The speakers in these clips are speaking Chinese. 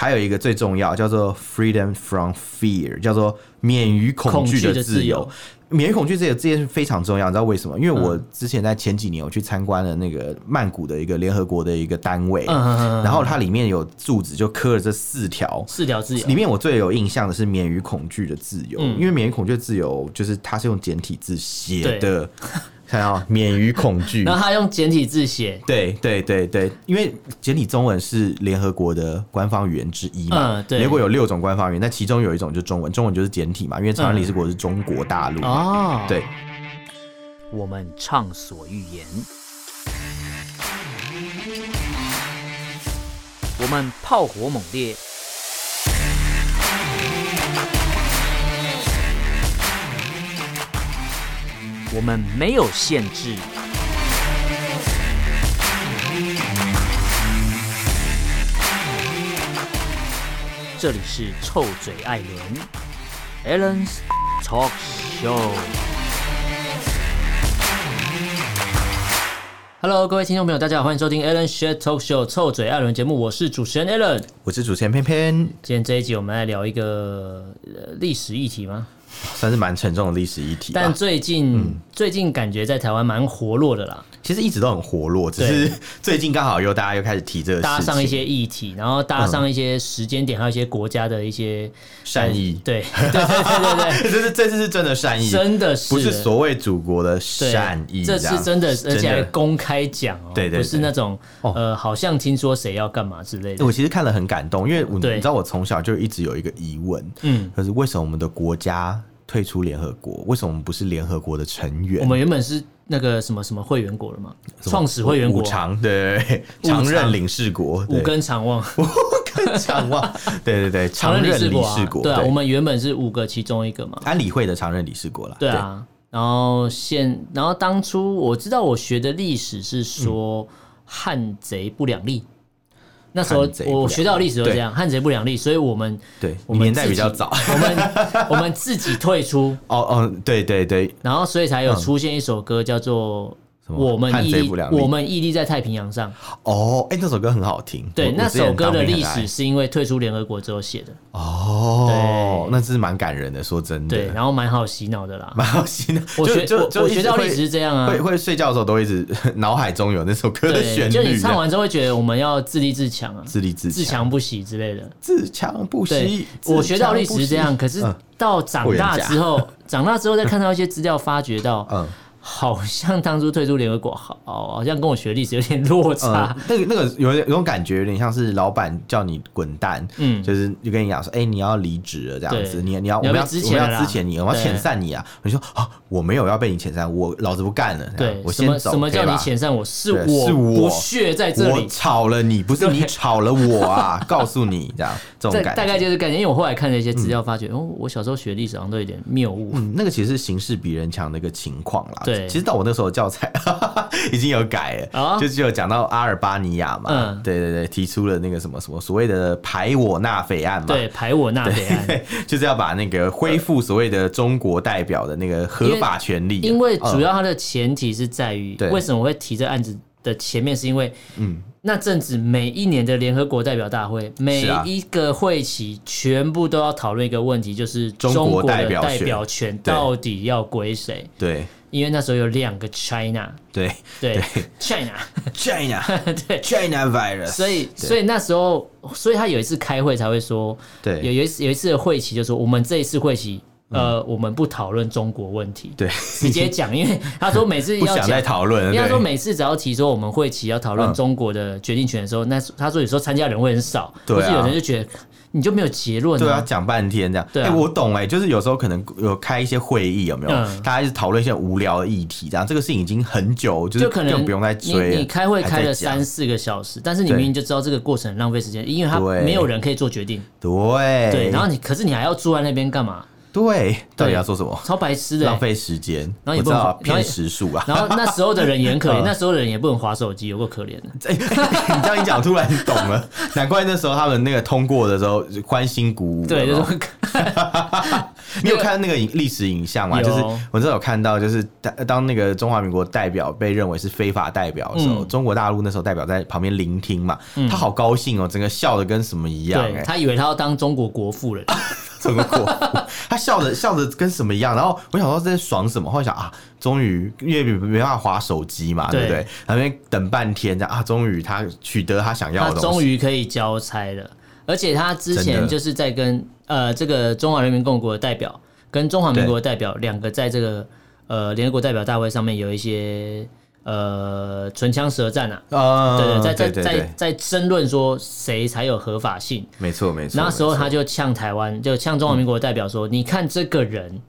还有一个最重要叫做 freedom from fear，叫做免于恐惧恐惧的的自自由嗯由。免于恐惧这个这件事非常重要，你知道为什么？因为我之前在前几年我去参观了那个曼谷的一个联合国的一个单位，嗯嗯嗯嗯然后它里面有柱子就刻了这四条。四条自由里，面我最有印象的是免于恐惧的自由，嗯因为免于恐惧的自由就是它是用简体字写 对的，看到免于恐 惧，然后他用简体字写，对对对对，因为简体中文是联合国的官方语言之一嘛，嗯对联合国有六种官方语言，那其中有一种就是中文，中文就是简体嘛，因为长安理事国是中国大陆，哦，对，我们畅所欲言；我们炮火猛烈；我们没有限制。这里是臭嘴艾伦 （Allen's Talk Show）。Hello，各位听众朋友，大家好，欢迎收听 Alan s h a t Talk Show 臭嘴艾伦节目，我是主持人 Alan。我是主持人偏偏，今天这一集我们来聊一个呃历史议题吗？啊算是蛮沉重的历史议题吧，但最近、嗯最近感觉在台湾蛮活络的啦，其实一直都很活络，只是最近刚好又大家又开始提这个事情，搭上一些议题，然后搭上一些时间点，还有一些国家的一些呃善意，对 对对对对对， 这是这次是真的善意，真的是不是所谓祖国的对善意，这样次真的，而且还真的公开讲哦，对对对哦不是那种呃，好像听说谁要干嘛之类的欸。我其实看了很感动，因为我你对知道我从小就一直有一个疑问，嗯嗯，就是为什么我们的国家退出联合国？为什么我们不是联合国的成员？我们原本是那个什么什么会员国了嘛，创始会员五国，常对对五对，常常任领事国，对五根长望，跟常忘， 对对对，常任理啊事国，对啊，我们原本是五个其中一个嘛，安理会的常任理事国啦，对啊。然后现，然后当初我知道我学的历史是说嗯汉贼不两立，那时候汉贼不两立我学到的历史就是这样，汉贼不两立，所以我们对，对，我你们年代自己比较早， 我们我们自己退出， 哦哦，对对对，然后所以才有出现一首歌叫做。什么我们汉屹贼立不两，立我们屹立在太平洋上。哦，哎，那首歌很好听，对，我那首歌的历，我之前当兵很史爱是因为退出联合国之后写的。哦对，那真是蛮感人的，说真的，对，然后蛮好洗脑的啦。蛮好心的。我就学就我就我一学直到会历史是这样啊会会睡觉的时候都一直 脑海中有那首歌的旋律，啊对，就你唱完之后会觉得我们要自立自强啊，自立自自强，强不息之类的。自强不对息。，自我学到强历不史息是这样，，可是嗯到长霍元大甲 之后，长大之后再看到一些资料，发觉到嗯好像当初退出联合国，好好像跟我学历史有点落 差嗯。，那个那个有点有种感觉，有点像是老板叫你滚蛋，嗯嗯，就是就跟你讲说，哎，你要离职了这样子，对你你要我你们要被要之我们前了要啦之前你，我们要对遣散你啊！你说啊，我没有要被你遣散，我老子不干了，这样对，哎我什先么走，什么可以叫你吧遣散我？是对是不我屑在这我里。吵了你，不是你吵了我 啊！告诉你这样这种这感觉，大概就是感觉，因为我后来看了一些资料，发觉哦，我小时候学历史好像都有点谬误。嗯，那个其实是形势比人强的一个情况啦。对其实到我那时候的教材 已经有改了，啊就只有讲到阿尔巴尼亚嘛，嗯对对对，提出了那个什么什么所谓的排我纳匪案嘛，对，排我纳北岸。对， 就是要把那个恢复所谓的中国代表的那个合法权利啊、因为主嗯要它的前提是在于，对为什么会提这案子的前面，是因为，嗯，那阵子每一年的联合国代表大会，每啊一个会期全部都要讨论一个问题，就是中中国国代的表代权表权对到底要归谁？对因为那时候有两个 China，对对 China， China 对， China virus，所以 对所以那时候，所以他有一次开会才会说，对有有一次有一次的会期就说，我们这一次会期。呃，我们不讨论中国问题，嗯对直接讲，因为他说 每次不要想讲再讨论了，因为他说对每次只要提说我们会期要讨论嗯中国的决定权的时候，那他说有时候参加人会很少，对或啊是有人就觉得你就没有结论对啊，啊。讲半天这样。对啊哎我懂哎、就是有时候可能有开一些会议，有没有？嗯大家一直讨论一些无聊的议题，这样这个事情已经很久，就是就可更能不用再你追了。啊你开会开还了在讲三四个小时，但是你对明明就知道这个过程很浪费时间，因为他对没有人可以做决定。对对，然后你可是你还要坐在那边干嘛？对，到底要做什么？超白痴的、浪。费时间，然后也我知不能道然后偏时数啊。 然后那时候的人也很可怜，嗯那时候的人也不能划手机，有够可怜的。哎 哎你这样一讲，我突然懂了，难怪那时候他们那个通过的时候欢欣鼓舞。有对，没就有是 你有看那个影历史影像吗？有就是我知道有看到，就是当当那个中华民国代表被认为是非法代表的时候，嗯中国大陆那时候代表在旁边聆听嘛，嗯他好高兴哦，整个笑的跟什么一样、对哎，他以为他要当中国国父了，整个国服，他笑的笑的跟什么一样。然后我想说在爽什么，后来想啊，终于因为没没办法划手机嘛，对对不对？然后那边等半天这样啊，终于他取得他想要他的东终西。于可以交差了。而且他之真前的就是在跟呃这个中华人民共和国的代表跟中华民国的代表两个在这个呃联合国代表大会上面有一些呃唇枪舌战啊，呃对对，在对在对在在争论说谁才有合法性。没错没错。那时候他没错嗯就呛台湾，就呛中华民国的代表说：“你看这个人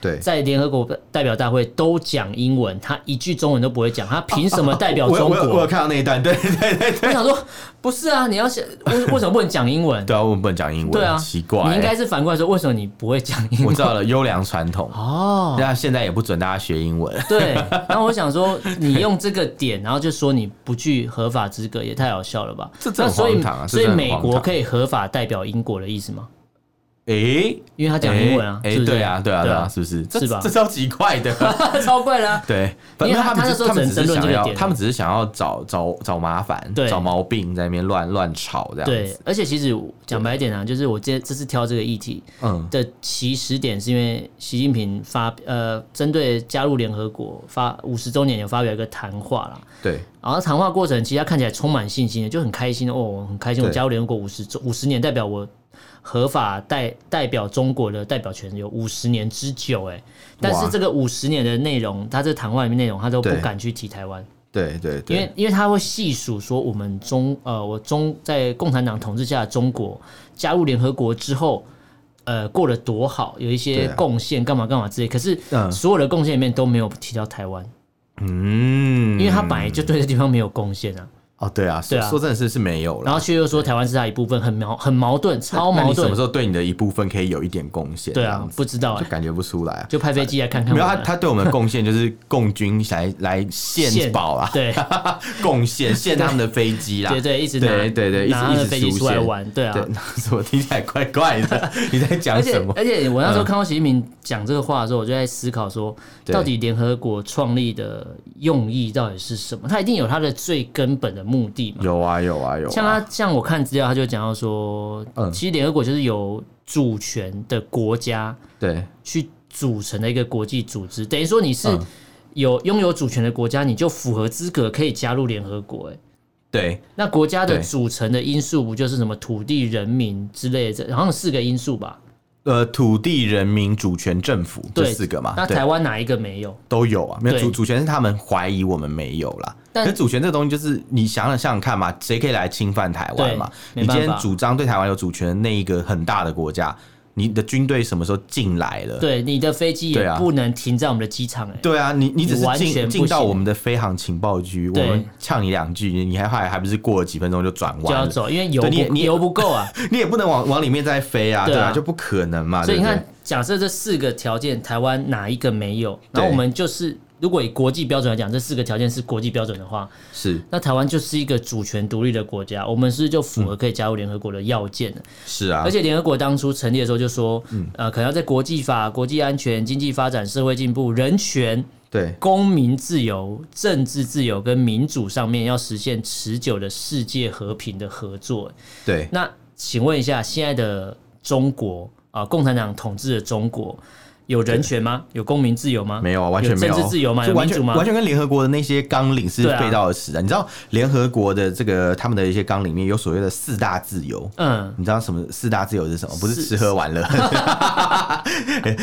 对在联合国代表大会都讲英文，他一句中文都不会讲，他凭什么代表 我有中我有我有国看到那一段，对对对？”我想说，不是啊，你要想为为什么不能讲英文？对啊，我们不能讲英文，对啊，奇怪、你应该是反过来说，为什么你不会讲英 我文？知道了，优良传统。哦，那现在也不准大家学英文， 对。然后我想说，你用这个点，然后就说你不具合法资格，也太好笑了吧？这真那的所荒以唐啊，所以这真的很美荒国唐可以合法代表英国的意思吗？诶，因为他讲英文啊，诶是不是对啊，对啊，对对啊，啊，是不是？这是吧这超级快的， 超怪 啦。对，啊反因为正他们他只那时候他们只只是能争论这想个要，点啊他们只是想要找找找麻烦，对找毛病，在那边乱乱吵这样对子，，而且其实讲白一点啊，就是我这这次挑这个议题嗯，的起始点，是因为习近平发呃，针对加入联合国发五十周年有发表一个谈话啦。对，然后谈话过程，其实他看起来充满信心的，就很开心哦，我很开心，我对加入联合国五十周五十年，代表我合法代代表中国的代表权有五十年之久，哎，但是哇这个五十年的内容，他这谈话里面内容，他都不对敢去提台湾。对，对，因对，为因为他会细数说我们中呃我中在共产党统治下的中国加入联合国之后，呃过得多好，有一些对啊贡献干嘛干嘛之类，可是嗯所有的贡献里面都没有提到台湾，嗯因为他本来就对这地方没有贡献啊，哦，对啊，对说啊说真的是是没有然了。后却又说台湾是他一部分，很矛很矛盾，超那矛你什盾么时，候对你的一部分可以有一点贡献？对这样啊子，不知道哎、就感觉不出来啊。就派飞机来看看没我有他，们。他对我们的贡献就是 共军来来献献宝啊，对 贡 献献他们的飞机啦。对对，一直拿对对对，一拿他直一的直飞机出出来现玩，对啊，对， 怎么听起来怪怪 的？你在讲而且什么？嗯而且我那时候看到习近平讲这个话的时候，我就在思考说，对到底联合国创立的用意到底是什么？它一定有它的最根本的目的嘛？有啊有啊有啊，像他像我看资料，他就讲到说，嗯其实联合国就是由主权的国家对去组成的一个国际组织，等于说你是嗯有拥有主权的国家，你就符合资格可以加入联合国、欸。对那国家的对组成的因素不就是什么土地、人民之类的，好像有四个因素吧？呃，土地、人民、主权、政府这对四个嘛，那对台，湾哪一个没有？都有啊。没有对主主权是他们怀疑我们没有啦，但可是主权这东西就是你想想想想看嘛，谁可以来侵犯台湾嘛？对你没今办法天主张对台湾有主权的那一个很大的国家，你的军队什么时候进来了？对，你的飞机对也啊不能停在我们的机场、欸，对啊，你你只是完全进进不到行我们的飞航情报局，我对们呛你两句，你还还还不是过了几分钟就转就要弯啊了？走，因为油对你也不你也油不 够啊。你也不能往往里面再飞啊，对对啊啊，就不可能嘛。所以你对不看，假设这四个条件，台湾哪一个没有？对然后我们就是，如果以国际标准来讲，这四个条件是国际标准的话，对是那台湾就是一个主权独立的国家，我们是不是就符合可以加入联合国的要件了。是嗯啊嗯而，且联合国当初成立的时候就说，呃，可能要在国际法、国际安全、经济发展、社会进步、人权。对公民自由、政治自由跟民主上面要实现持久的世界和平的合作。对，那请问一下，现在的中国啊、共产党统治的中国，有人权吗？有公民自由吗？没有啊，完全没政治自由吗？就有完民主全吗完？全跟联合国的那些纲领是对啊背道而驰的。你知道联合国的这个他们的一些纲领里面有所谓的四大自由。嗯，你知道什么四大自由是什么？不是四吃喝玩 乐。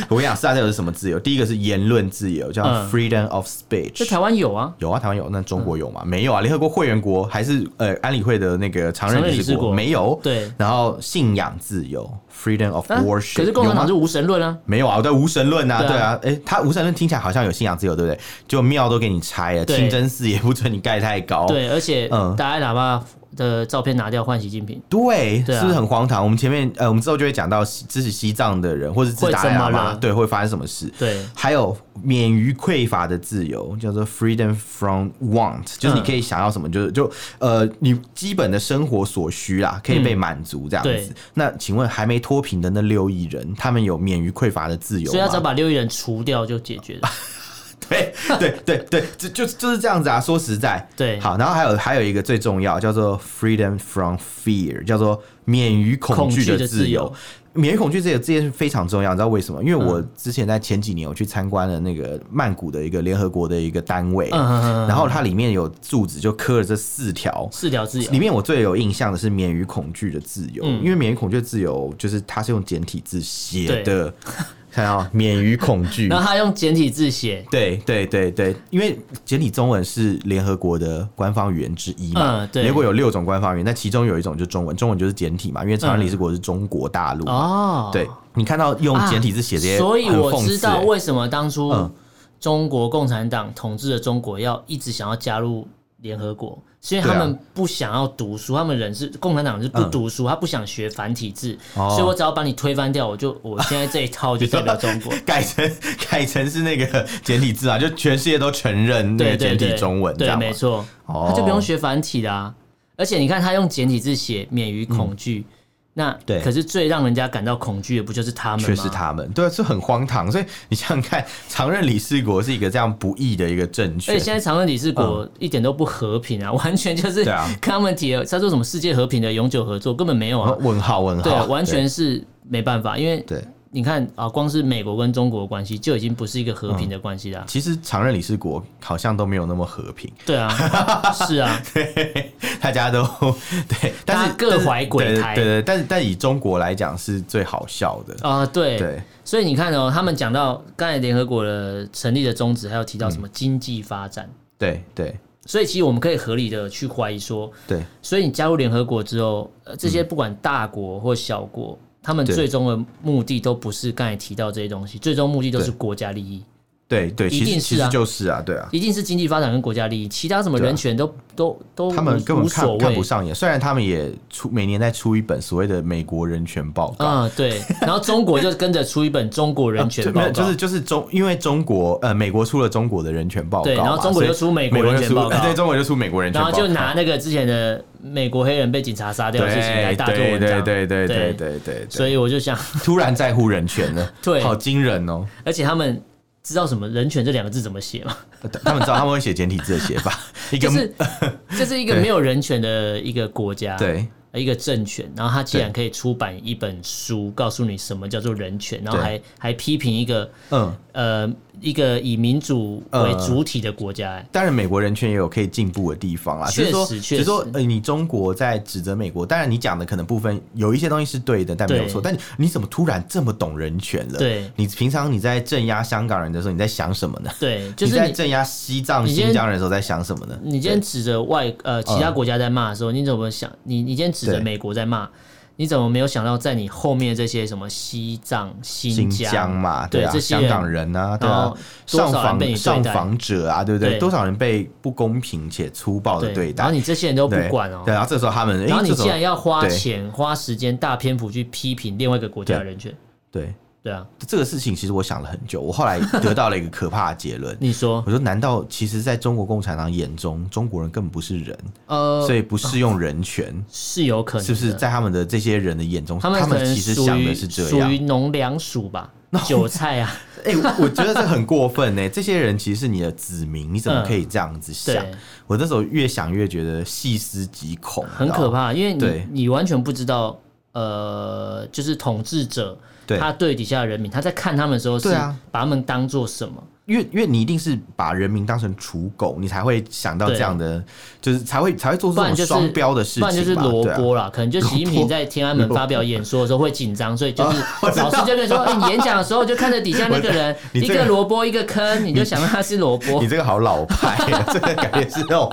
我跟你讲，四大自由是什么自由？第一个是言论自由，叫嗯 freedom of 在 speech。台湾有啊，有啊，台湾有，那中国有吗？没有啊，联合国会员国还是呃安理会的那个常任常任理理事事国国没有。对。然后信仰自由 （freedom of 啊 worship），、可是共产党是有吗无神论啊，没有啊，我在无神论啊，对对啊啊，哎、他无神论听起来好像有信仰自由，对不对？就庙都给你拆了，对清真寺也不准你盖太高，对，而且哦嗯达赖喇嘛的照片拿掉换习近平，对，对啊是不是很荒唐？我们前面呃，我们之后就会讲到西支持西藏的人或者支持会达怎赖么喇嘛，了啊对，会发生什么事？对还有免于匮乏的自由，叫做 freedom from 嗯 want，就是你可以想要什么，就是就呃，你基本的生活所需啦，可以被满足这样嗯对子。那请问还没脱贫的那六亿人，他们有免于匮乏的自由所以他吗？只要把六亿人除掉就解 决了。对对对对，就就就是这样子啊！说实在，对好，然后还有还有一个最重要，叫做 freedom from fear，叫做免于恐惧恐惧的的自自由嗯由。免于恐惧这个这件事非常重要，你知道为什么？因为我之前在前几年我去参观了那个曼谷的一个联合国的一个单位，嗯嗯嗯嗯然后它里面有柱子就刻了这四条，四条啊嗯自由里，面我最有印象的是免于恐惧的自由，因为免于恐惧的自由就是它是用简体字写的，看到免于恐 惧，然后他用简体字写，对对对对，因为简体中文是联合国的官方语言之一嘛，嗯对联合国有六种官方语言，那其中有一种就是中文，中文就是简体嘛，因为常安理事国是中国大陆，哦，嗯对你看到用啊简体字写这些、所以很我讽刺知道欸为什么当初嗯中国共产党统治的中国要一直想要加入联合国，是因为对他啊们不想要读书，他们人是共产党是不嗯读书，他不想学繁体字，哦所以我只要把你推翻掉，我就我现在这一套就代表中 国。改成改成是那个简体字啊，就全世界都承认那对个对简体对，中文这对，样嘛没，错，哦他就不用学繁体啦、啊而且你看，他用简体字写“免于恐惧”，那嗯对可是最让人家感到恐惧的，不就是他们吗？却是他们，对啊，是很荒唐。所以你想想看，常任理事国是一个这样不义的一个政而且权，现在常任理事国一点都不和平啊， 完全就是嗯对啊跟他们提了，他说什么世界和平的永久合作根本没有然啊后，哦问号问对啊，号，完全是没办法，因为对。对你看啊，光是美国跟中国的关系就已经不是一个和平的关系啦。其实常任理事国好像都没有那么和平，对 啊，是啊，大家都对，但大是家各怀鬼胎但是对对对，但是但以中国来讲是最好笑的，啊、对，对所以你看哦，他们讲到刚才联合国的成立的宗旨，还有提到什么经济发展，对对所以其实我们可以合理的去怀疑说，对所以你加入联合国之后，呃，这些不管大国或小国，他们嗯对最终的目的都不是刚才提到这些东西，最终目的都对是国家利益，对对，一其定实是其啊实就是啊，对啊，一定是经济发展跟国家利益，其他什么对啊人权都、都都他们无根本无看所看谓不。上眼，虽然他们也出每年在出一本所谓的美国人权报告。啊嗯，对，然后中国就跟着出一本中国人权就报没有，告，就是就是中，因为中国呃，美国出了中国的人权报告嘛，对然后中国就所以出美国人权就出报告对，中国就出美国人权然报后告，就拿那个之前的美国黑人被警察杀掉的事情来对大做对文章，对对对对对对对，所以我就想， 突然在乎人权了，对好惊人哦！而且他们知道什么“人权”这两个字怎么写吗？他们知道他们会写简体字的写 法，一个 就是这是一个对没有人权的一个国家，，呃对一个政权，然后他既然可以出版一本书，告诉你什么叫做人权，然后还还批评一个嗯。呃一个以民主为主体的国家、哎当然，美国人权也有可以进步的地方啦。只确实是说，确实只是说，呃，你中国在指责美国，当然你讲的可能部分有一些东西是对的，但没有错。对但你你怎么突然这么懂人权了？对你平常你在镇压香港人的时候，你在想什么呢？对，就你是在你镇压西藏、你今天嗯新疆人的时候，在想什么呢？你今天指着外呃其他国家在骂的时候，你怎么想？你你今天指着嗯对美国在骂，你怎么没有想到在你后面这些什么西藏、新新疆嘛，对啊，这些香人港人啊，对然啊后，多少上人被你访上对待访者啊，对不对对？多少人被不公平且粗暴的哦对待然后？你这些人都不对管哦、对，然后这时候他们，诶然后你这时候既然要花对钱、花时间、大篇幅去批评另外一个国家的人权，对对啊，。这个事情，其实我想了很久，我后来得到了一个可怕的结论 你说我说，难道其实在中国共产党眼中，中国人根本不是人，呃所以不适用人权，是有可能是的，不是？在他们的这些人的眼中，他们们可能其实属想于的是这属于样。农粮 属吧，韭菜啊，哎、我我觉得这很过分呢、这些人其实是你的子民，你怎么可以这样子想？嗯对，我那时候越想越觉得细思极恐，很可怕。怕，因为哦对你你完全不知道，呃，就是统治者对他对底下的人民，他在看他们的时候是对啊把他们当做什么？因为因为你一定是把人民当成刍狗，你才会想到对这样的，就是才会才会做出不这然种就是双标的事情不吧，然就是萝对啊卜啦，可能就习近萝平卜在天安门发表演说的时候会紧张，所以 就是老师就跟你说，哎你演讲的时候就看着底下那个人，我一你这个个萝卜一个坑，你就想到他是萝卜你。这个好老派、啊，这个感觉是那种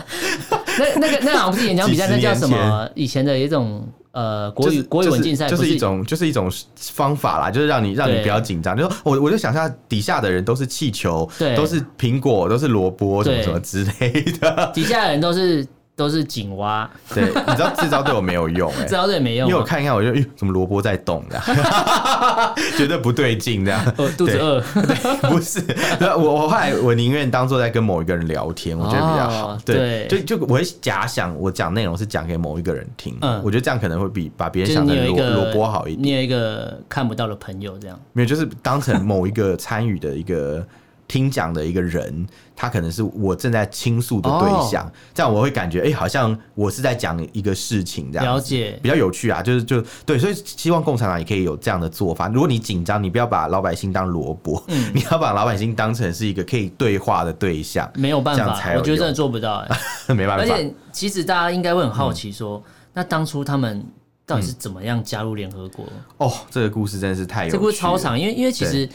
那那个那好像不是演讲比赛，几十那叫年什么？以前的一种呃 国就是语国语文竞赛，就不是一种就是一种方法啦，就是让你让你对不要紧张。就说我我就想象底下的人都是气球对，都是苹果，都是萝卜，什么对什么之类的。底下的人都是都是井蛙， 对，你知道这招对我没有用、 欸，这招对没因用为我啊，看一看，我就，咦，怎么萝卜在动的？ 觉得不对劲，这样。我哦肚子对饿， 不是，对我我后来我宁愿当做在跟某一个人聊天，我觉得比较好。哦对，对就就我会假想我讲内容是讲给某一个人听，嗯我觉得这样可能会比把别就人是想你有的一萝个萝卜好一点。你有一个看不到的朋友这样。没有，就是当成某一个参与的一个听讲的一个人，他可能是我正在倾诉的对象，这样我会感觉哎、诶好像我是在讲一个事情这样。了解比较有趣啊，就是就对，所以希望共产党也可以有这样的做法。如果你紧张，你不要把老百姓当萝卜，嗯 你要把老百姓当成是一个可以对话的对象， 没有办这样法才，有我觉得用真的做不到、哎没办而法。且其实大家应该会很好奇说，嗯那当初他们到底是怎么样加入联合国？哦，这个故事真的是太有趣这了，不是超长，因为因为其实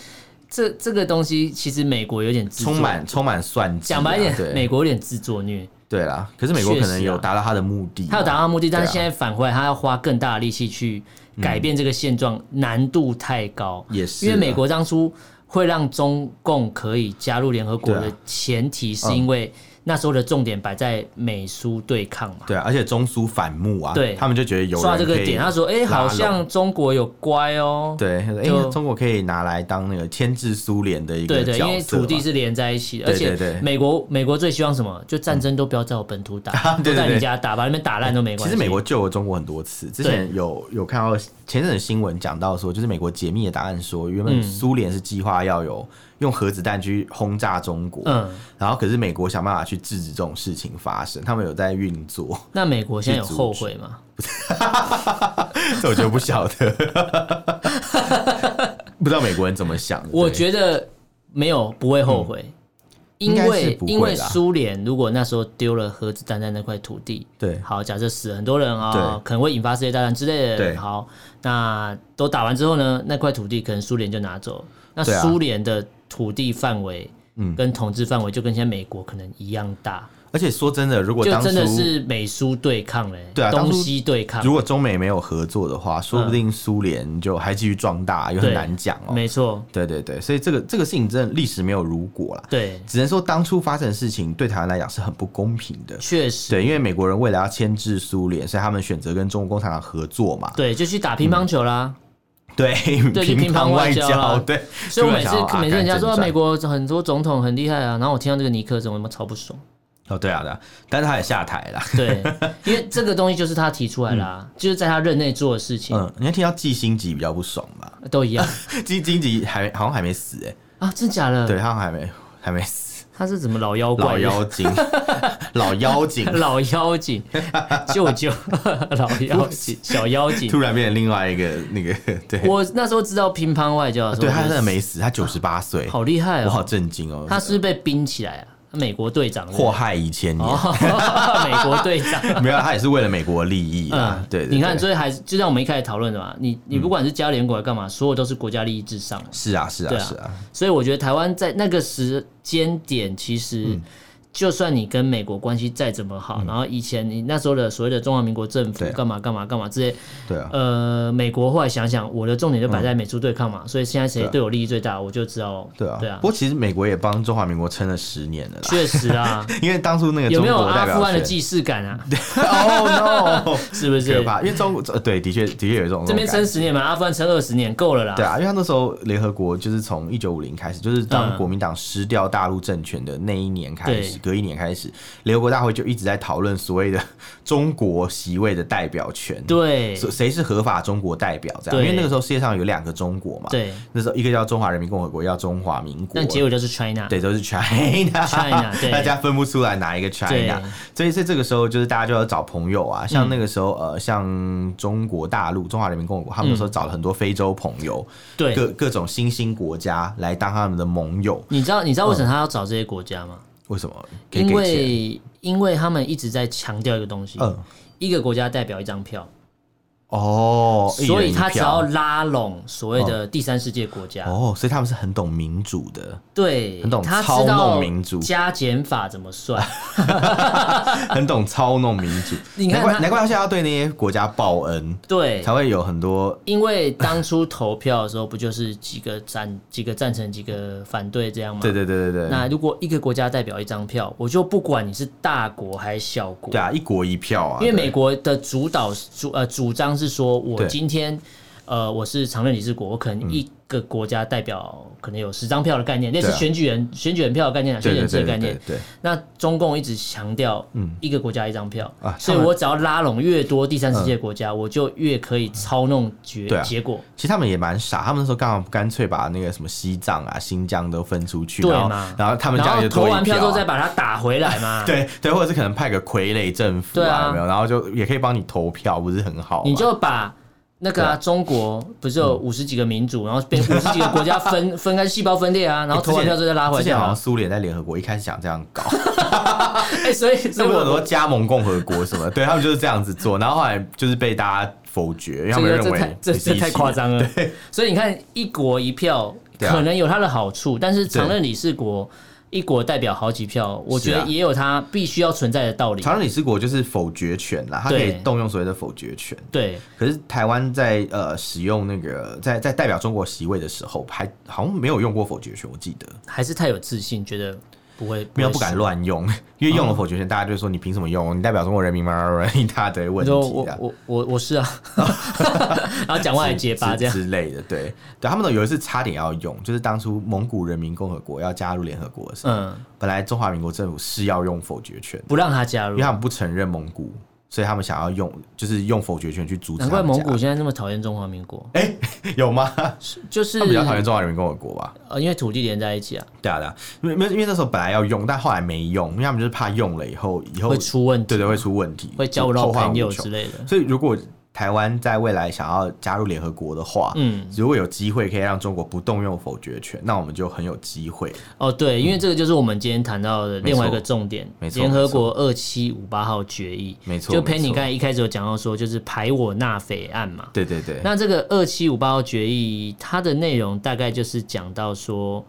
这这个东西其实美国有点自作充满充满算计啊。讲白一点，美对国有点自作虐，对啦，可是美国可确能实啊有达到他的目的嘛，他有达到目的，但对是啊嗯现在返回来，他要花更大的力气去改变这个现状，难度太高。也是啊因为美国当初会让中共可以加入联合国对的啊前提，是嗯因为那时候的重点摆在美苏对抗嘛。对啊，而且中苏反目啊，对他们就觉得有人刷这个可以点，他说：“哎、拉好拢像中国有乖哦。”对，哎、就中国可以拿来当那个牵制苏联的一个对对，因角为色土嘛，地是连在一起的，而对且对对美国美国最希望什么？就战争都不要在我本土打， 对对都在你对家打，把你们打烂都没关其系。实美国救了中国很多次，之前有有看到前阵子新闻讲到说，就是美国解密的答案说，原嗯本苏联是计划要有用核子弹去轰炸中国，嗯，然后可是美国想办法去制止这种事情发生，他们有在运作， 那美国现在有后悔吗？这我就不晓得， 不知道美国人怎么想的。我得觉得没有，不会后悔，因嗯应该是为不会啦因为苏联如果那时候丢了核子弹在那块土地，对好，假设死很多人啊、对可能会引发世界大战之类的。对好，那都打完之后呢，那块土地可能苏联就拿走了，那对啊嗯苏联的土地范围。跟统治范围就跟现在美国可能一样大，而且说真的，如果就当初真的是美苏对抗嘞、对啊当东初西对抗如，果中美没有合作的话，说不定苏联就还继续壮大，也很嗯对难讲哦。没错，对对对，所以这个这个事情真的历史没有如果啦，对，只能说当初发生的事情对台湾来讲是很不公平的。确实，对，因为美国人为了要牵制苏联，所以他们选择跟中国共产党合作嘛。对，就去打乒乓球啦。嗯对，对 就乒乒乓乓外外交交，啦对。所以我每次突然想要啊每次人家说阿甘正啊传美国很多总统很厉害啊，然后我听到这个尼克总，我他妈超不爽。哦，对啊，对啊，但是他也下台了。 对，因为这个东西就是他提出来啦、就是在他任内做的事情、嗯，你要听到季星级比较不爽吧？都一样季星级还好像还没死哎、啊，真假的？对，他好像还没还没死，他是怎么老妖怪老的？妖精，老妖精 老妖 精，舅舅， 老妖精，小妖精突。然变成另外一个那个，对我那时候知道乒乓外交的时候，啊对，他我真觉得的没死，他九十八岁，好厉害我好哦。震惊哦。他是不是被冰起来啊，美国队长是不是祸害一千年，哦， 美国队长。没有，他也是为了美国利益 啊嗯，。对，对你看，对嗯所以还是就像我们一开始讨论的嘛，你你不管是加联国来干嘛，所有都是国家利益至上。是啊，是啊，对啊是啊，所以我觉得台湾在那个时间点，其嗯实就算你跟美国关系再怎么好，然后以前你那时候的所谓的中华民国政府对啊干嘛干嘛干嘛这些，对啊，呃，美国后来想想，我的重点就摆在美苏对抗嘛，所以现在谁对啊对我利益最大，我就知道。对啊。对不啊，过其实美国也帮中华民国撑了十年了啦，确实啊， 因为当初那个有中没有国代阿富表汗的选 既视感啊？哦 no，是不可 是？怕，因为中国呃对，的确的确有这种这边这种撑感觉十年嘛，阿富汗撑二十年够了啦。对啊，因为他那时候联合国就是从一九五零开始，就是当嗯国民党失掉大陆政权的那一年开始，对隔一年开始，联合国大会就一直在讨论所谓的中国席位的代表权，对谁谁是合法中国代表这样，对因为那个时候世界上有两个中国嘛，对，那时候一个叫中华人民共和国，一个叫中华民国，但结果就是 China。对，都是 China，, China，对大家分不出来哪一个 China，所以在这个时候，就是大家就要找朋友啊，像那个时候，呃，像中国大陆、中华人民共和国，他们嗯那时候找了很多非洲朋友，对各各种新兴国家来当他们的盟友。你知道你知道为什嗯么他要找这些国家吗？为什么？可以因给钱？为因为他们一直在强调一个东西，嗯一个国家代表一张票，哦，一人所以一他只票要拉拢所谓的第三世界国家，哦，所以他们是很懂民主 的，对，很懂他操知弄道民族加减法怎么算， 很懂操弄民主。你看难怪他难怪他现在要对那些国家报恩，对才，会有很多因为当初投票的时候不就是几个赞 几个赞成几个反对这样吗？对对对对对，那如果一个国家代表一张票，我就不管你是大国还是小国，对啊，一国一票啊，因为美对国的主导主呃主张是说，我对嗯今天呃我是常任理事国，我可能一个国家代表可能有十张票的概念，类似对啊选举人、选举人票的概念啊，选对举对人制对的概对念。对对，那中共一直强调，一个国家一张票，啊所以他们嗯我只要拉拢越多第三世界国家，我就越可以操弄决、对啊结果。其实他们也蛮傻，他们那时候干嘛干脆把那个什么西藏啊、新疆都分出去，对然后嘛然后他们然家里后就投多一完票之后再啊把它打回来嘛。 对啊对，或者是可能派个傀儡政府对啊，啊有没有？然后就也可以帮你投票，不是很好吗？啊哎你就把那个、对啊啊嗯中国不是有五十几个民族，然后变五十几个国家分 分开细胞分裂啊，然哎后投完票之后再拉回之来前好像啊。苏联在联合国一开始想这样 搞，哎，所以所那以不是我很多加盟共和国什么，对他们就是这样子做，然后后来就是被大家否决，因为他这们个认这为太这你是这一太起夸的。张了。所以你看，一国一票对啊可能有它的好处，但是常对任理事国一国代表好几票，我觉是得啊也有它必须要存在的道理。常任理事国就是否决权啦，它可以对动用所谓的否决权。对，可是台湾在呃使用那个在在代表中国席位的时候，还好像没有用过否决权，我记得还是太有自信，觉得不会没有会不敢输乱用， 因为用了嗯否决权，大家就说你凭什么用？你代表中国人民吗？ 一大堆你问说题我啊。我我我 是啊，然后讲话还结巴之这样。之类的，对对，他们有一次差点要用，就是当初蒙古人民共和国要加入联合国的时候，嗯，本来中华民国政府是要用否决权，不让他加因入为。他们不承认蒙古，所以他们想要用就是用否决权去阻止难他们怪加入。蒙古现在那么讨厌中华民国，有 吗？就是他们比较讨厌中华人民共和国吧？呃，因为土地连在一起啊，对啊，对啊，因为因为因为那时候本来要用，但后来没用，因为他们就是怕用了以后以后会出问对题，对会出问题，会交不到后患朋友无穷之类的。所以如果台湾在未来想要加入联合国的话，嗯，如果有机会可以让中国不动用否决权，那我们就很有机会。哦，对，因为这个就是我们今天谈到的另外一个重点，没错联合国二七五八号决议，没错就陪没你错刚才一开始有讲到说，就是排我纳匪案嘛。对对对，那这个二七五八号决议，它的内容大概就是讲到说，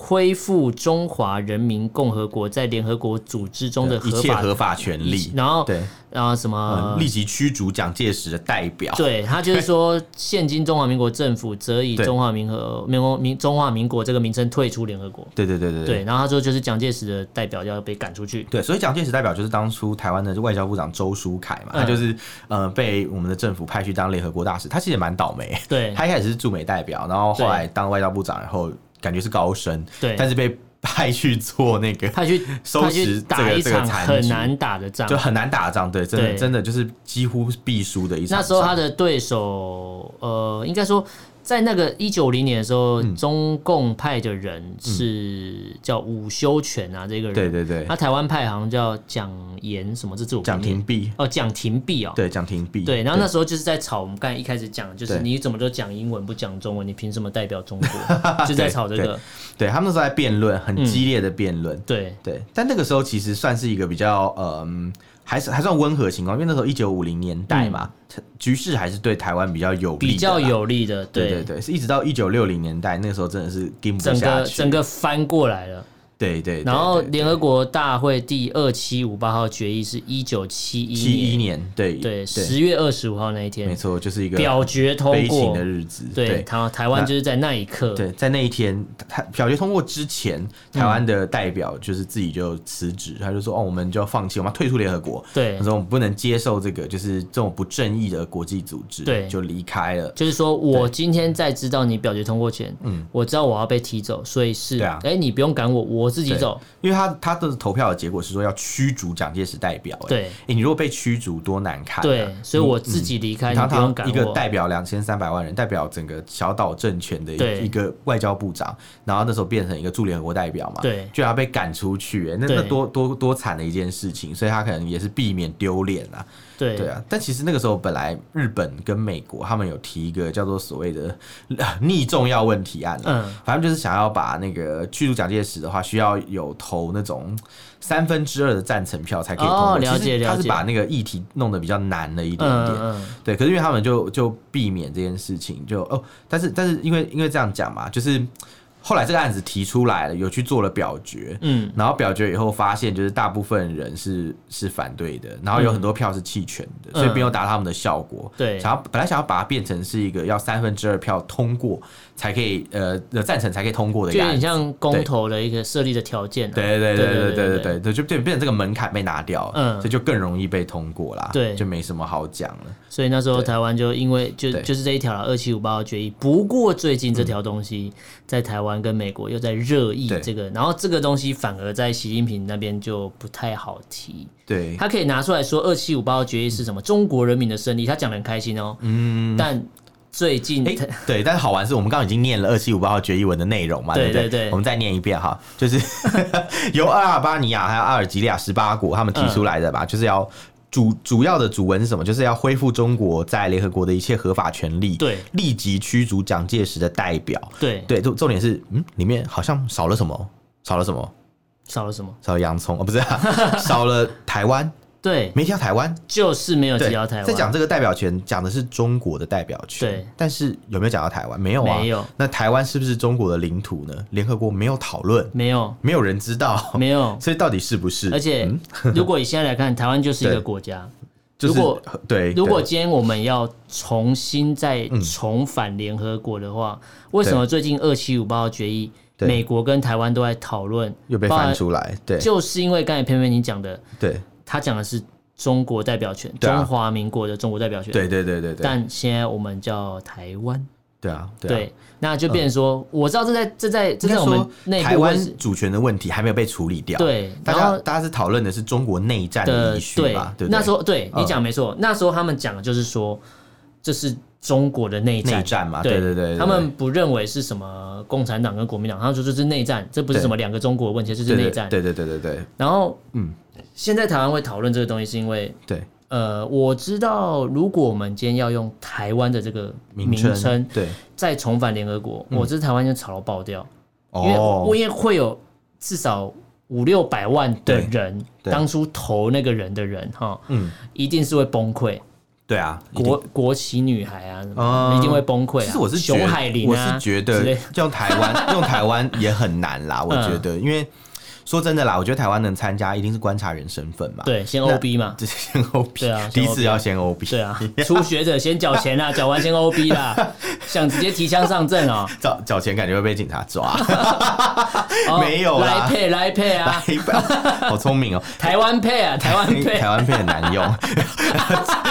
恢复中华人民共和国在联合国组织中的一合切法，合法权利，然后对，然后什么嗯立即驱逐蒋介石的代表。对他呃就是说，现今中华民国政府则以对中华民和民国民中华民国这个名称退出联合国。对对对对对，然后他说就是蒋介石的代表要被赶出去。对，所以蒋介石代表就是当初台湾的外交部长周书凯嘛，嗯他就是呃被我们的政府派去当联合国大使，他其实也蛮倒霉。对他一开始是驻美代表，然后后来当外交部长以后，感觉是高升，对，但是被派去做那个他去收他去拾这打个一这个场残很局难打的仗就。很难打仗，对，真的对真的就是几乎是必输的一场仗。那时候他的对手，呃，应该说在那个一九零年的时候，嗯中共派的人是叫伍修权啊，这个人。对对对那，台湾派好像叫蒋延什么？这字我不蒋念廷弼，哦，蒋廷弼哦。对，蒋廷弼，对，然后那时候就是在吵，我们刚才一开始讲，就是对你怎么都讲英文不讲中文，你凭什么代表 中国？就在吵这个，对他们那时候在辩论，嗯很激烈的辩论。对对，但那个时候其实算是一个比较嗯，还是还算温和的情况，因为那时候一九五零年代嘛，局势还是对台湾比较有利的啦，嗯比较有利的，对对对，是一直到一九六零年代，那个时候真的是盯不整下个去，整个翻过来了。对对对，然后对联合国大会第二七五八号决议是一九七七一一年，年，对对，对，十月二十五号那一没天错，就是一个表决通悲情过的，日子，对，台湾台湾那就是在那一刻，对，在那一天，他表决通过之前，台湾的代表就是自己就辞职，他就说：“哦，我们就要放弃，我们要退出联合国。”对他说：“我们不能接受这个，就是这种不正义的国际组织。”对就离开了。就是说我今天在知道你表决通过前，嗯我知道我要被踢走，所以是，对啊哎，你不用赶我，我自己对走，因为他他的投票的结果是说要驱逐蒋介石代表、欸，对欸你如果被驱逐多难看、啊。对，所以我自己离你开，你堂不用堂赶一个我。代表两千三百万人，代表整个小岛政权的对一一个外交部长，然后那时候变成一个驻联合国代表嘛，对居然要被赶出去、欸，那那对多多多惨的一件事情，所以他可能也是避免丢脸啊，对对啊。但其实那个时候本来日本跟美国他们有提一个叫做所 谓的呃逆重要问题案、啊，嗯反正就是想要把那个驱逐蒋介石的话，需需要有投那种三分之二的赞成票才可以通过。哦了解其实他了是解把那个议题弄得比较难了一点点。嗯嗯，对，可是因为他们就就避免这件事情，就哦，但是但是因为因为这样讲嘛，就是后来这个案子提出来了，有去做了表决，嗯，然后表决以后发现，就是大部分人是是反对的，然后有很多票是弃权的，所以没有达到他们的效果。对想要本来想要把它变成是一个要三分之二票通过才可以，呃，呃赞成才可以通过的一就个有案点子。像公投的一个设立的条件啊。对对对对对对对对对对，就就变成这个门槛被拿掉，嗯所以就更容易被通过啦，对就没什么好讲了。所以那时候台湾就因为就对就是这一条二七五八号决议，不过最近这条东西在台湾跟美国又在热议嗯对这个，然后这个东西反而在习近平那边就不太好提，对，他可以拿出来说二七五八号决议是什么，中国人民的胜利，他讲的很开心哦，嗯，但最近哎、他对，但是好玩是我们刚刚已经念了二七五八号决议文的内容嘛，对不对对对我们再念一遍哈，就是 由阿尔巴尼亚还有阿尔及利亚十八国他们提出来的 吧，就是要。主主要的主文是什么？就是要恢复中国在联合国的一切合法权利，对立即驱逐蒋介石的代表。 对对，重重点是，嗯，里面好像少了什么？少了什么？少了什么？少了洋葱哦，不是啊、 少了台湾，对，没提到台湾。就是没有对提到台，湾，在讲这个代表权，讲的是中国的代表权。对，但是有没有讲到台湾？没有啊。没有那台湾是不是中国的领土呢？联合国没有讨论，没有没有人知道， 没有，所以到底是不是？嗯而且如果以现在来看，台 湾就是一对个国家。就是如果对，如果对今天我们要重新再重返联合国的话，为什么最近二七五八号决议，嗯对美国跟台湾都在讨论，又被包含翻，出来，对就是因为刚才偏偏你讲的，对他讲的是中国代表权，对啊中华民国的中国代表权，对对对对对，但现在我们叫台湾，对啊对对啊。那就变成说，我知道这在这在这应该在我们说内台部会是湾主权的问题还没有被处理掉，对大然家后大家是讨论的是中国内战的的遗绪吧？对不对，那时候对嗯你讲没错，那时候他们讲的就是说，这是中国的内内战。战嘛，对对对，对他们不认为是什么共产党跟国民党，他们说这是内战，这不是对什么两个中国的问题，这就是对内战。对对对对对然后，嗯嗯，现在台湾会讨论这个东西，是因为对，呃，我知道如果我们今天要用台湾的这个名称嗯称对，再重返联合国，我知道台湾就吵到爆掉，因为哦我因为会有至少五六百万的对人，对当初投那个人的人哈，嗯一定是会崩溃。对啊，一定国国旗女孩啊，什么嗯的一定会崩溃啊。其实我是觉熊海林我啊，是觉之得类嗯用台 湾用台湾也很难啦，我觉得，因为说真的啦，我觉得台湾能参加一定是观察员身份嘛，，对，先那 O B 嘛，这是先 O B，对啊第一次先 OB 要先 O B，对啊，初学者先缴钱啊啦，缴完先 O B 啦，想直接提枪上阵哦，找找钱感觉会被警察 抓，哦没有啦来配来配啊，一般哎好聪明哦，台湾配 啊，台湾配台，湾片很难 用，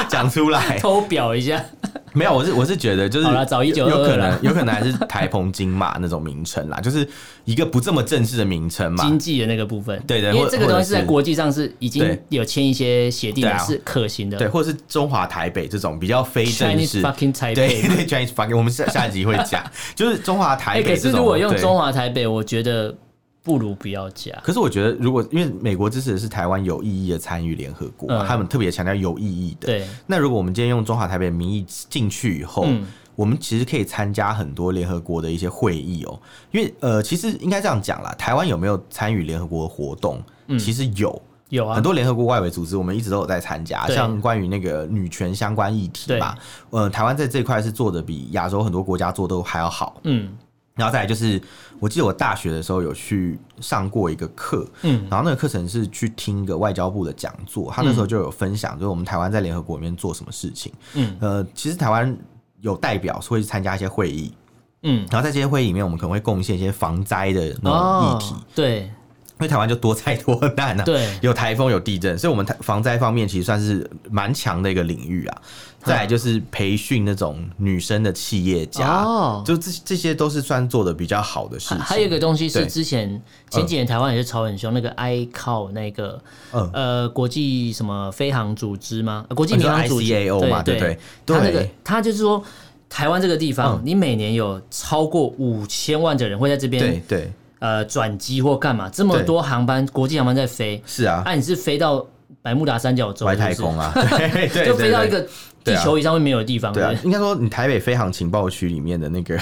讲出来偷表一下，没有，我是我是觉得就是好啦找1922有可啦能有可能还是台澎金马那种名称啦，就是一个不这么正式的名称嘛，经济的那个部分，对对因为或这个东西或者在是国际上是已经对有签一些协定对的，啊是可行的对，或者是中华台北这种比较非正 Chinese 式。 fucking 台对北。 对，Chinese fucking，我们下下一集会 讲，就是中华台哎，可北是这种。如果用对中，华台北，我觉得不如不要加。可是我觉得如果因为美国支持的是台湾有意义的参与联合国嘛，嗯他们特别强调有意义的。对，那如果我们今天用中华台北的名义进去以后，嗯我们其实可以参加很多联合国的一些会议哦，因为呃，其实应该这样讲啦，台湾有没有参与联合国的活动？嗯其实有，有啊很，多联合国外围组织，我们一直都有在参加，对像关于那个女权相关议题嘛，呃，台湾在这一块是做的比亚洲很多国家做都还要好。嗯，然后再来就是，我记得我大学的时候有去上过一个课，嗯，然后那个课程是去听一个外交部的讲座，他那时候就有分享，就是我们台湾在联合国里面做什么事情，嗯，呃，其实台湾有代表是会参加一些会议，嗯，然后在这些会议里面，我们可能会贡献一些防灾的那种哦议题，，对因为台湾就多灾多难啊，对，有台风有地震，所以我们台防灾方面其实算是蛮强的一个领域啊。嗯再来就是培训那种女生的企业家，哦就这这些都是算做的比较好的事还情。还有一个东西是对之前前几年台湾也是吵很凶，那个 ICAO 那个嗯哦呃国际什么飞航组织吗？呃国际你民说航组织 ICAO 嘛，对对不对？嗯他那个对他就是说台湾这个地方，你每年有超过五千万的人会在这对边对，呃转机或干嘛，这么对多航班国际航班在飞，是啊，啊你是飞到百慕达三角洲外是不太是空啊，对对对， 就飞到一对个对地啊球仪上面没有的地方，对啊不，应该说你台北飞航情报区里面的那个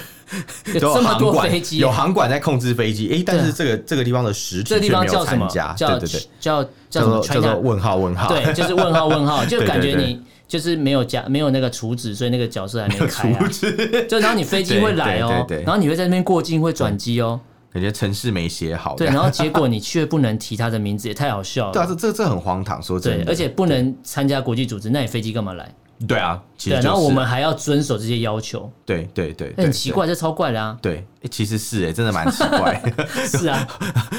有都有这么航多管飞机有航管在控制飞机，诶，但对是啊这个这个地方的实体这个地却方没有叫什么参？加，对叫对对，叫叫叫什么做叫 China 做问号问号，对，就是问号问号，对就对感觉对你就是没有加没有那个厨子，所以那个角色还没开啊不。是，就然后你飞机会来哦、对对对对然后你会在那边过境会转机哦， 感觉城市没写好，对，然后结果你却不能提他的名字，也太好笑了。对啊，这这这很荒唐，说真对的，而且不能参加国际组织，那你飞机干嘛来？对啊，其实对啊，就是然后我们啊还要遵守这些要求，对对对，对很奇。对怪，这超怪 的啊！对，诶其实是哎，真的蛮奇 怪，是啊，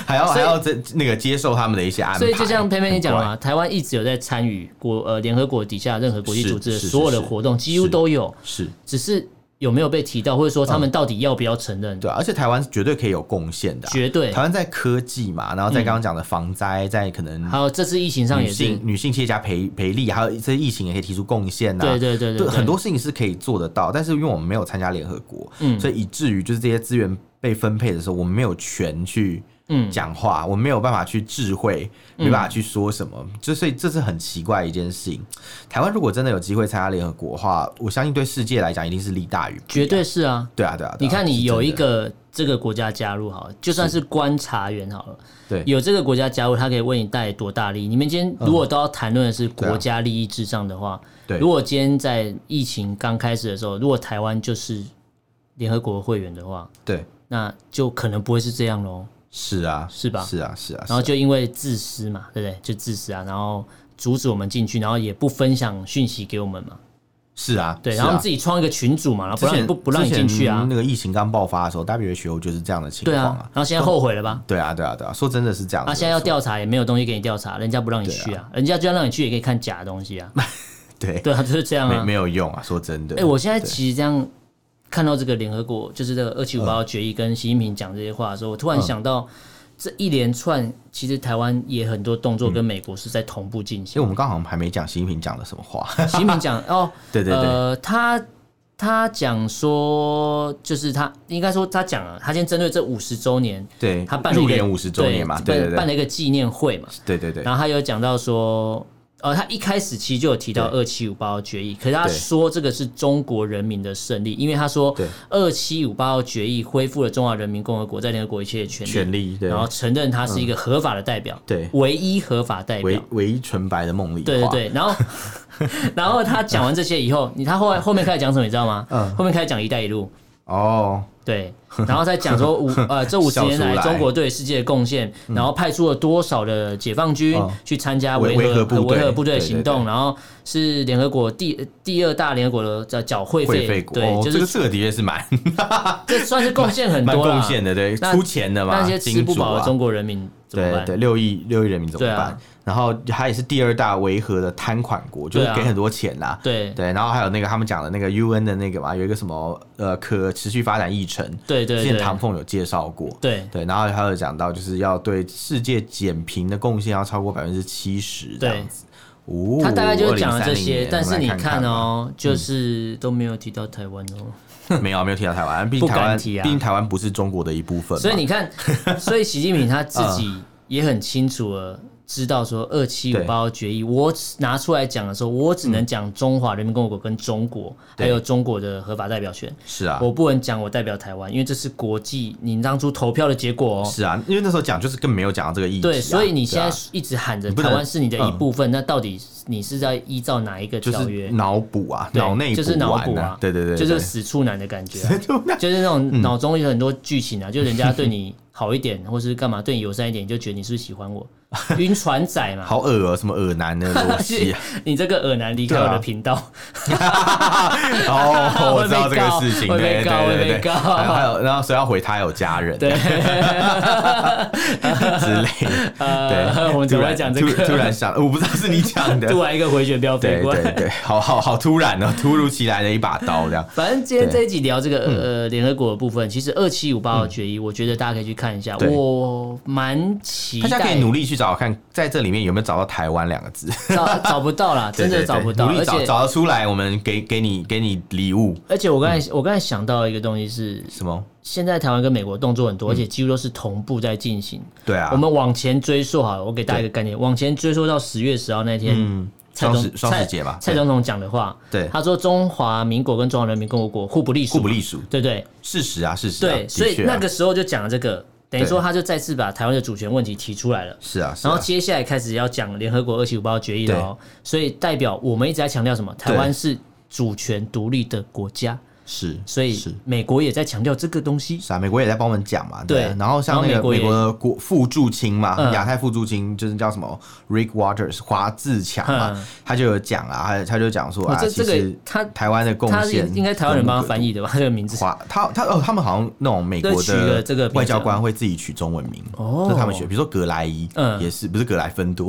还要所还以要这那个接受他们的一些安排，所以就像佩佩你讲的很怪，嘛，台湾一直有在参与国呃联合国底下任何国际组织的是是所有的是是活动，几乎是都有，是嗯只是有没有被提到，或者说他们到底要不要承认？对啊，而且台湾是绝对可以有贡献的啊，绝对台。湾在科技嘛，然后在刚刚讲的防灾，在可能还有这次疫情上女嗯也是性，女性企业家培培力，还有这些疫情也可以提出贡献呐。对对对对对，很多事情是可以做得到，但是因为我们没有参加联合国，嗯所以以至于就是这些资源被分配的时候，我们没有权去嗯讲话，我们没有办法去智慧，没办法去说什么，就所以这是很奇怪的一件事情。台湾如果真的有机会参加联合国的话，我相信对世界来讲一定是利大于弊啊绝对是啊。对啊对啊。对啊你看，是你真有一的个这个国家加入好了，就算是观察员好了，对有这个国家加入，他可以为你带来多大利益？你们今天如果都要谈论的是国家利益至上的话，啊对如果今天在疫情刚开始的时候，如果台湾就是联合国会员的话，对那就可能不会是这样喽。是啊是吧是啊是啊，然后就因为自私嘛，对不对？就自私啊，然后阻止我们进去，然后也不分享讯息给我们嘛，是啊对，是然后啊自己创一个群组嘛，然后不之让你前不不让你进去之前啊，那个疫情刚爆发的时候，WHO 就是这样的情对况啊，啊。然后现在后悔了吧？对啊，对啊，对啊，说真的是这样子。啊，现在要调查也没有东西给你调查，人家不让你去啊，人家就算让你去也可以看假的东西啊， 对，对啊，就是这样没啊。没有用啊，说真的。哎、我现在其实这样看到这个联合国就是这个二七五八嗯号决议跟习近平讲这些话的时候，我突然想到这一连串，其实台湾也很多动作跟美国是在同步进嗯因为哎行。我们刚好像还没讲习近平讲了什么 话。习近 平讲哦，对对对，呃，他他讲说，就是他应该说他讲了，他先针对这五十周年，对，他办了一入个联五十周年嘛，对办对办了对，一个纪念会嘛。对对对，然后他有讲到说，呃，他一开始其实就有提到二七五八号决议，可是他说这个是中国人民的胜利，因为他说对二七五八号决议恢复了中华人民共和国在联合国一切的权利，权力对嗯然，后承认他是一个合法的代表，对唯一合法代唯表。唯一纯白的梦里对对话，对，然后 然后他讲完这些以后，你他后来后面开始讲什么，你知道吗？嗯后面开始讲“一带一路”，哦，对，然后再 讲说五呃这五十年来笑出来中国对世界的贡献，然后派出了多少的解放军嗯去参加维维维和部和呃队维和部队的对对行动，然后是联合国第第二大联合国的叫缴会会费费，国，对，哦就这个是这个的确是蛮这算是贡献很蛮多贡啦。献的，对，那出钱的嘛，那些吃金不主饱啊的中国人民怎么对办？对，六亿六亿人民怎么对啊办？然后他也是第二大维和的贪款国，就是对啊给很多钱啦。对对，然后还有那个他们讲的那个 UN 的那个嘛，有一个什么呃可持续发展议程，对之对前对唐凤有介绍过。对对，然后还有讲到就是要对世界减贫的贡献要超过百分之七十这样子。哦，他大概就是讲了这2030些年，但是你我们来看嗯看，哦，就是都没有提到台湾哦。 没有没有提到台湾，毕不竟台敢湾，提毕啊竟台湾不是中国的一部分嘛，所以 你看，啊所以习近平他自己也很清楚了，知道说二七五对八号决议，我只拿出来讲的时候，我只能讲中华人民共和国跟中国，嗯还对有中国的合法代表权，是啊。我不能讲我代表台湾，因为这是国际你当初投票的结果哦。是啊，因为那时候讲就是更没有讲到这个议题啊、对，所以你对现啊在一直喊着你不台能湾是你的一嗯部分，那到底你是在依照哪一个就条约是？脑补啊，对脑内就是脑补完啊啊，，对对对，就是对死处男的感觉啊、就是那嗯种脑中有很多剧情啊，就人家对你好一 点，或是干嘛对你友善一点，你就觉得你是不是喜欢我，晕船仔嘛。 好恶啊，什么恶男的逻 辑啊，你这个耳男离开我的频道， 哦，我知道这个事情，会被对对告对会被对对，告还有还有，然后谁要回他有家人， 对，啊之类的，呃，对， 我们怎么会讲这突然个？突突然想，我不知道是你讲 的，突然一个回旋镖飞对过对来。对，好好好突然哦，突如其来的一把刀这样，反正今天这一集聊这个嗯呃联合国的部分，其实二七五八号决议，我觉得大家可以去看一下，对我蛮期大待。家可以努力去找看，在这里面有没有找到台湾两个字，找找不到啦，真的 对对对找不到，努力而找且找得出来，我们给给你给你礼物而且我刚嗯才我刚才想到一个东西是，什么？现在台湾跟美国动作很多，而且几乎都是同步在进行。嗯对啊，我们往前追溯好了，我给大家一个概念，往前追溯到十月十号那天，蔡嗯双总十双十节吧蔡蔡总统讲的话，对他说中华民国跟中华人民共和国互不隶属，互不隶属，对对事实啊，事实啊，对，的所以确啊那个时候就讲了这个，等于对说他就再次把台湾的主权问题提出来了。是啊，是啊然后接下来开始要讲联合国二七五八决议了哦，所以代表我们一直在强调什么？台湾是主权独立的国家，是，所是以美国也在强调这个东西。是啊，美国也在帮我们讲嘛，对对。啊然后像那然个后美美国国也的国副驻青嘛嗯，亚太副驻青就是叫什么 Rick Waters 华自强嗯嘛，他就有讲啊，他他就讲说哦啊，这其这个实他台湾的贡他是献，应该台湾人帮他翻。译的吧？这个名字。华，他他哦，他们好像那种美对国取了的这个名字外交官会自己取中文名，哦这是他们学。比如说格莱伊，嗯也是不是格莱芬多，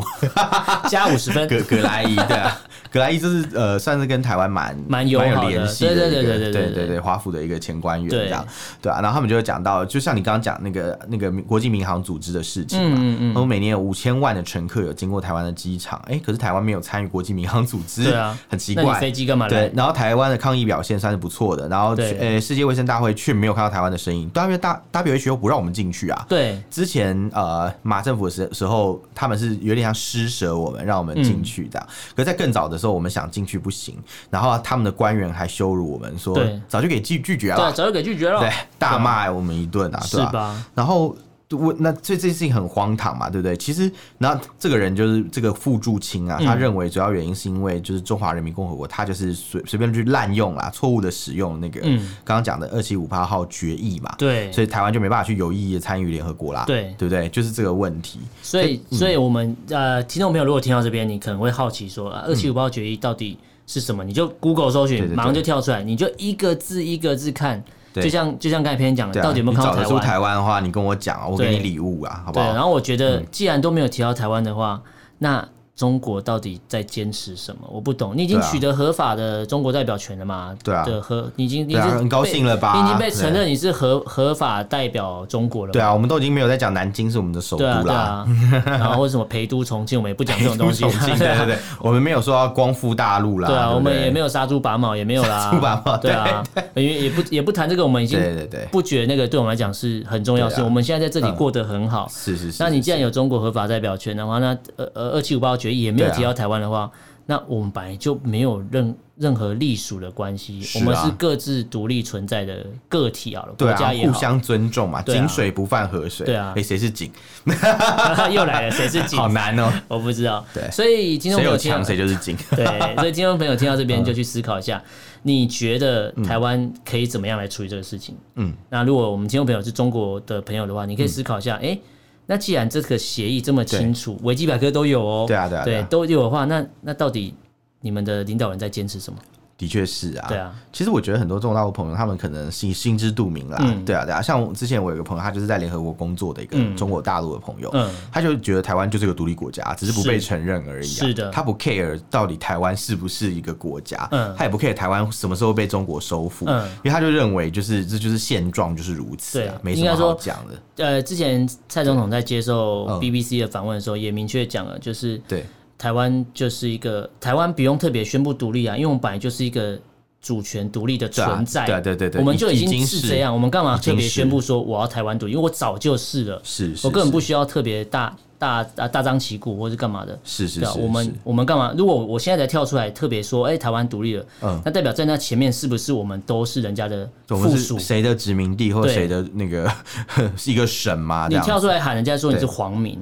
加五十 分，格格莱伊对啊，格莱伊就是呃，算是跟台湾蛮蛮友好的有联系的一个，对对对对对对对对对华府的一个前官员对这样，对啊，然后他们就会讲到，就像你刚刚讲那个那个国际民航组织的事情嘛，嗯嗯他们每年有五千万的乘客有经过台湾的机场，哎，可是台湾没有参与国际民航组织，对啊很奇那你怪，飞机干嘛来对？，然后台湾的抗议表现算是不错的，然后对呃世界卫生大会却没有看到台湾的身影，因为大 WHO 不让我们进去啊，对，之前呃马政府的时时候，他们是有点像施舍我们，让我们进去的。可在更早的时候，我们想进去不行，然后他们的官员还羞辱我们说对，早就给拒拒绝对，啊了，早就给拒绝了，对，大骂我们一顿啊，是对吧、吧？然后我那这这件事情很荒唐嘛，对不对？其实，然后这个人就是这个傅祝清嗯啊，他认为主要原因是因为就是中华人民共和国，他就是随随便去滥用啦，错误的使用那个嗯刚刚讲的二七五八号决议嘛，对，所以台湾就没办法去有意义的参与联合国啦，对对不对？就是这个问题。所以，嗯所以我们呃，听众朋友如果听到这边，你可能会好奇说，啊二七五八决议到底是什么？你就 Google 搜嗯对寻，对对马上就跳出来，你就一个字一个字看，对就像就像刚才篇讲的，对啊，到底有没有看到你台找得出湾？台湾的话，你跟我讲啊，我给对你礼物啊，好不对，好？嗯然后我觉得，既然都没有提到台湾的话，那中国到底在坚持什么？我不懂。你已经对啊取得合法的中国代表权了嘛？对啊的合，你已经你已对经啊，很高被兴了吧？你已经被对承认你是合合法代表中国了嘛。对啊，我们都已经没有在讲南京是我们的首都对啊，对啦。 啊，然后为什么陪都重庆，我们也不讲这种东西。重庆，对 啊对对，我们没有说要光复大陆啦。对啊，我们也没有。有杀猪拔毛，也没有啦。杀猪拔毛对啊，因为也不也不谈这个，我们已经对对对，不觉得那个对我们来讲是很重要的事。对啊我们现在在这里过得很好。是是是。那你是既然有中国合法代表权的话，那呃呃二七五八决议也没有对啊提到台湾的话，那我们本来就没有任任何隶属的关系，是我啊们是各自独立存在的个体好了，对国啊家，也互好。相尊重嘛，对啊井水不犯河水。对啊哎，谁是井？ 又来了，谁是警？好难哦。我不知道。对所以听众谁朋有友听到墙谁就是井。 对，所以听众朋友听到这嗯边就去思考一下，你觉得台湾可以怎么样来处理这个事情？嗯嗯，那如果我们听众朋友是中国的朋友的话，你可以思考嗯一下，诶，那既然这个协议这么清楚，维基百科都有哦，对啊对啊对对，啊都有的话，那那到底你们的领导人在坚持什么？的确是啊，对啊，其实我觉得很多中国大陆朋友，他们可能心心知肚明啦，嗯对啊，对啊。像我之前我有一个朋友，他就是在联合国工作的一个嗯中国大陆的朋友，嗯他就觉得台湾就是个独立国家，只是不是被承认而已、啊。是的他不 care 到底台湾是不是一个国家，嗯他也不 care 台湾什么时候被中国收复，嗯因为他就认为就是这就是现状，就是如此啊对，没什应该么说好讲的。呃，之前蔡总统在接受嗯 BBC 的访问的时候，也明确讲了，就是对，台湾就是一个台湾不用特别宣布独立啊，因为我们本来就是一个主权独立的对啊存在，对啊对对对我们就已已经经是是这样，我们干嘛已经特别是宣布说我要台湾独立？因为我早就是了，是是我根本不是需要特别大大大大张旗鼓或是干嘛的。是是对啊，是，我们是我们干嘛？如果我现在才跳出来特别说，哎、台湾独立了，嗯那代表在那前面是不是我们都是人家的我们附是属？谁的殖民地或对谁的那个 是一个省嘛？这你样跳出来喊人家说你是对 皇民，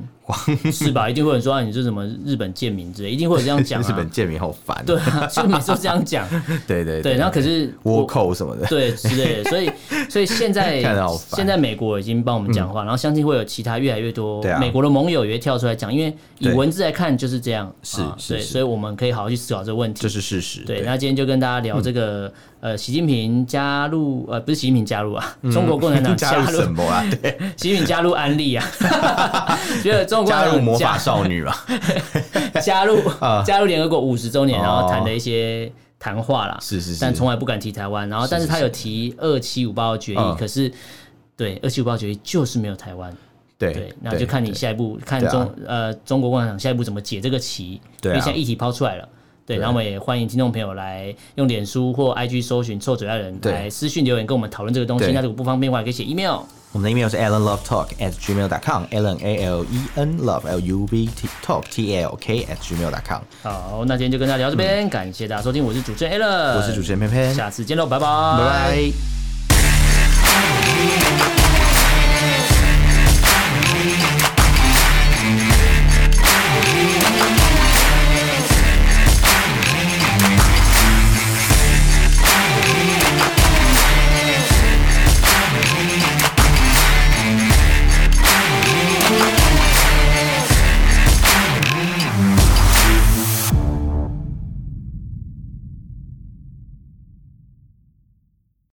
是吧？一定会有人说啊，你是什么日本贱民之类，一定会有这样讲 日本啊。贱民好烦，对啊，就每次都这样讲。对对对，然后可是倭寇什么的，对之类的，所以所以现在看得好烦嗯现在美国已经帮我们讲话，然后相信会有其他越来越多对啊美国的盟友也会跳出来讲，因为以对文字来看就是这样，是啊是对，是所以我们可以好好去思考这个问这题。是嗯事实。对，那今天就跟大家聊这个呃，习近平加入呃，不是习近平加入啊，中国共产党嗯 加加入入 什，么啊？对，习近平加入安利啊， 觉得中国共加产入党魔法少女啊？加 加入加入联合国五十周年，然后哦谈的一些谈话啦，是是是，但从来不敢提台湾。然后，但是他有提二七五八号决议，嗯可是对二七五八号决议就是没有台湾。对对，那就看你对下一步看对啊中呃中国共产党下一步怎么解这个棋，因对啊啊为现在议题抛出来了。对，然后我们也欢迎听众朋友来用脸书或 IG 搜寻“臭嘴爱人”对来私讯留言跟我们讨论这个东西。对那如果不方便的话，也可以写 email。我们的 email 是 allenlovetalk at gmail dot com，allen a l e n love l u v t talk t l k at gmail dot com。好，那今嗯天就跟大家聊到这边，感谢大家收听，我是主持人 a l 我是主持人偏偏，下次见喽，拜拜，拜拜。